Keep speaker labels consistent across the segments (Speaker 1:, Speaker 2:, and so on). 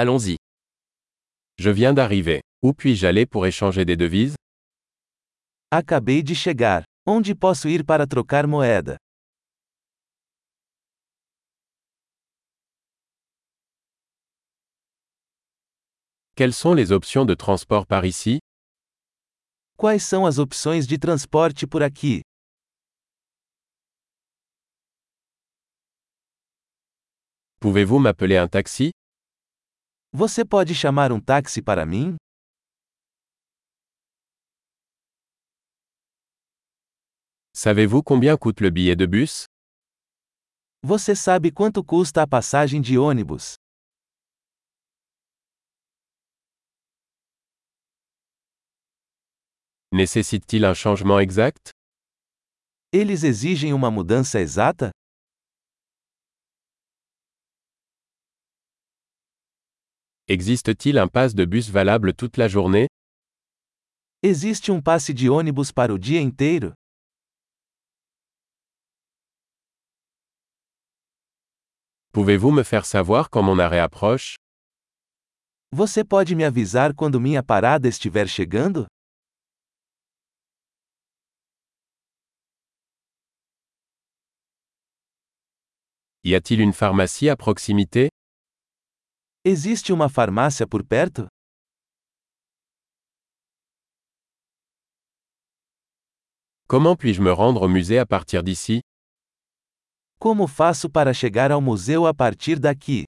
Speaker 1: Allons-y. Je viens d'arriver. Où puis-je aller pour échanger des devises
Speaker 2: Acabei de chegar. Onde posso ir para trocar moeda?
Speaker 1: Quelles sont les options de transport par ici
Speaker 2: Quais são as opções de transporte por aqui?
Speaker 1: Pouvez-vous m'appeler un taxi
Speaker 2: Você pode chamar um táxi para mim?
Speaker 1: Savez-vous combien coûte le billet de bus
Speaker 2: Você sabe quanto custa a passagem de ônibus?
Speaker 1: Nécessite-t-il un changement exact
Speaker 2: Eles exigem uma mudança exata?
Speaker 1: Existe-t-il un pass de bus valable toute la journée
Speaker 2: Existe um passe de ônibus para o dia inteiro?
Speaker 1: Pouvez-vous me faire savoir quand mon arrêt approche
Speaker 2: Você pode me avisar quando minha parada estiver chegando?
Speaker 1: Y a-t-il une pharmacie à proximité
Speaker 2: Existe uma farmácia por perto?
Speaker 1: Comment puis-je me rendre au musée à partir d'ici
Speaker 2: Como faço para chegar ao museu a partir daqui?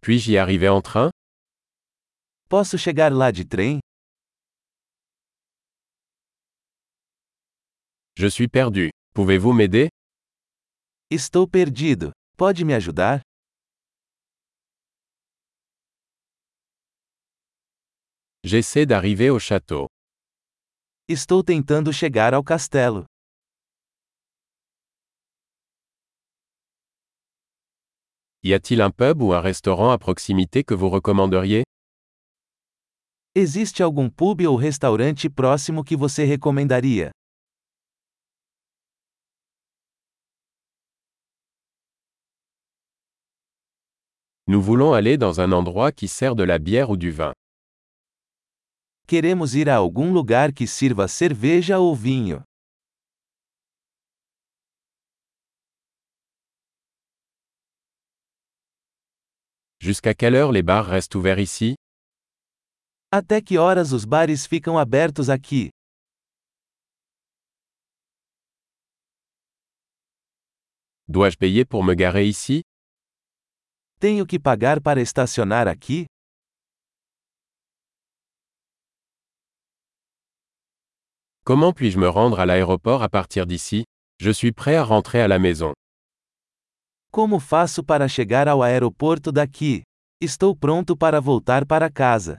Speaker 1: Puis-je y arriver en train
Speaker 2: Posso chegar lá de trem?
Speaker 1: Je suis perdu. Pouvez-vous m'aider
Speaker 2: Estou perdido. Pode me ajudar?
Speaker 1: J'essaie d'arriver au château.
Speaker 2: Estou tentando chegar ao castelo.
Speaker 1: Y a-t-il un pub ou un restaurant à proximité que vous recommanderiez
Speaker 2: Existe algum pub ou restaurante próximo que você recomendaria?
Speaker 1: Nous voulons aller dans un endroit qui sert de la bière ou du vin.
Speaker 2: Queremos ir a algum lugar que sirva cerveja ou vinho.
Speaker 1: Jusqu'à quelle heure les bars restent ouverts ici
Speaker 2: Até que horas os bares ficam abertos aqui?
Speaker 1: Dois-je payer pour me garer ici
Speaker 2: Tenho que pagar para estacionar aqui?
Speaker 1: Comment puis-je me rendre à l'aéroport à partir d'ici Je suis prêt à rentrer à la maison.
Speaker 2: Como faço para chegar ao aeroporto daqui? Estou pronto para voltar para casa.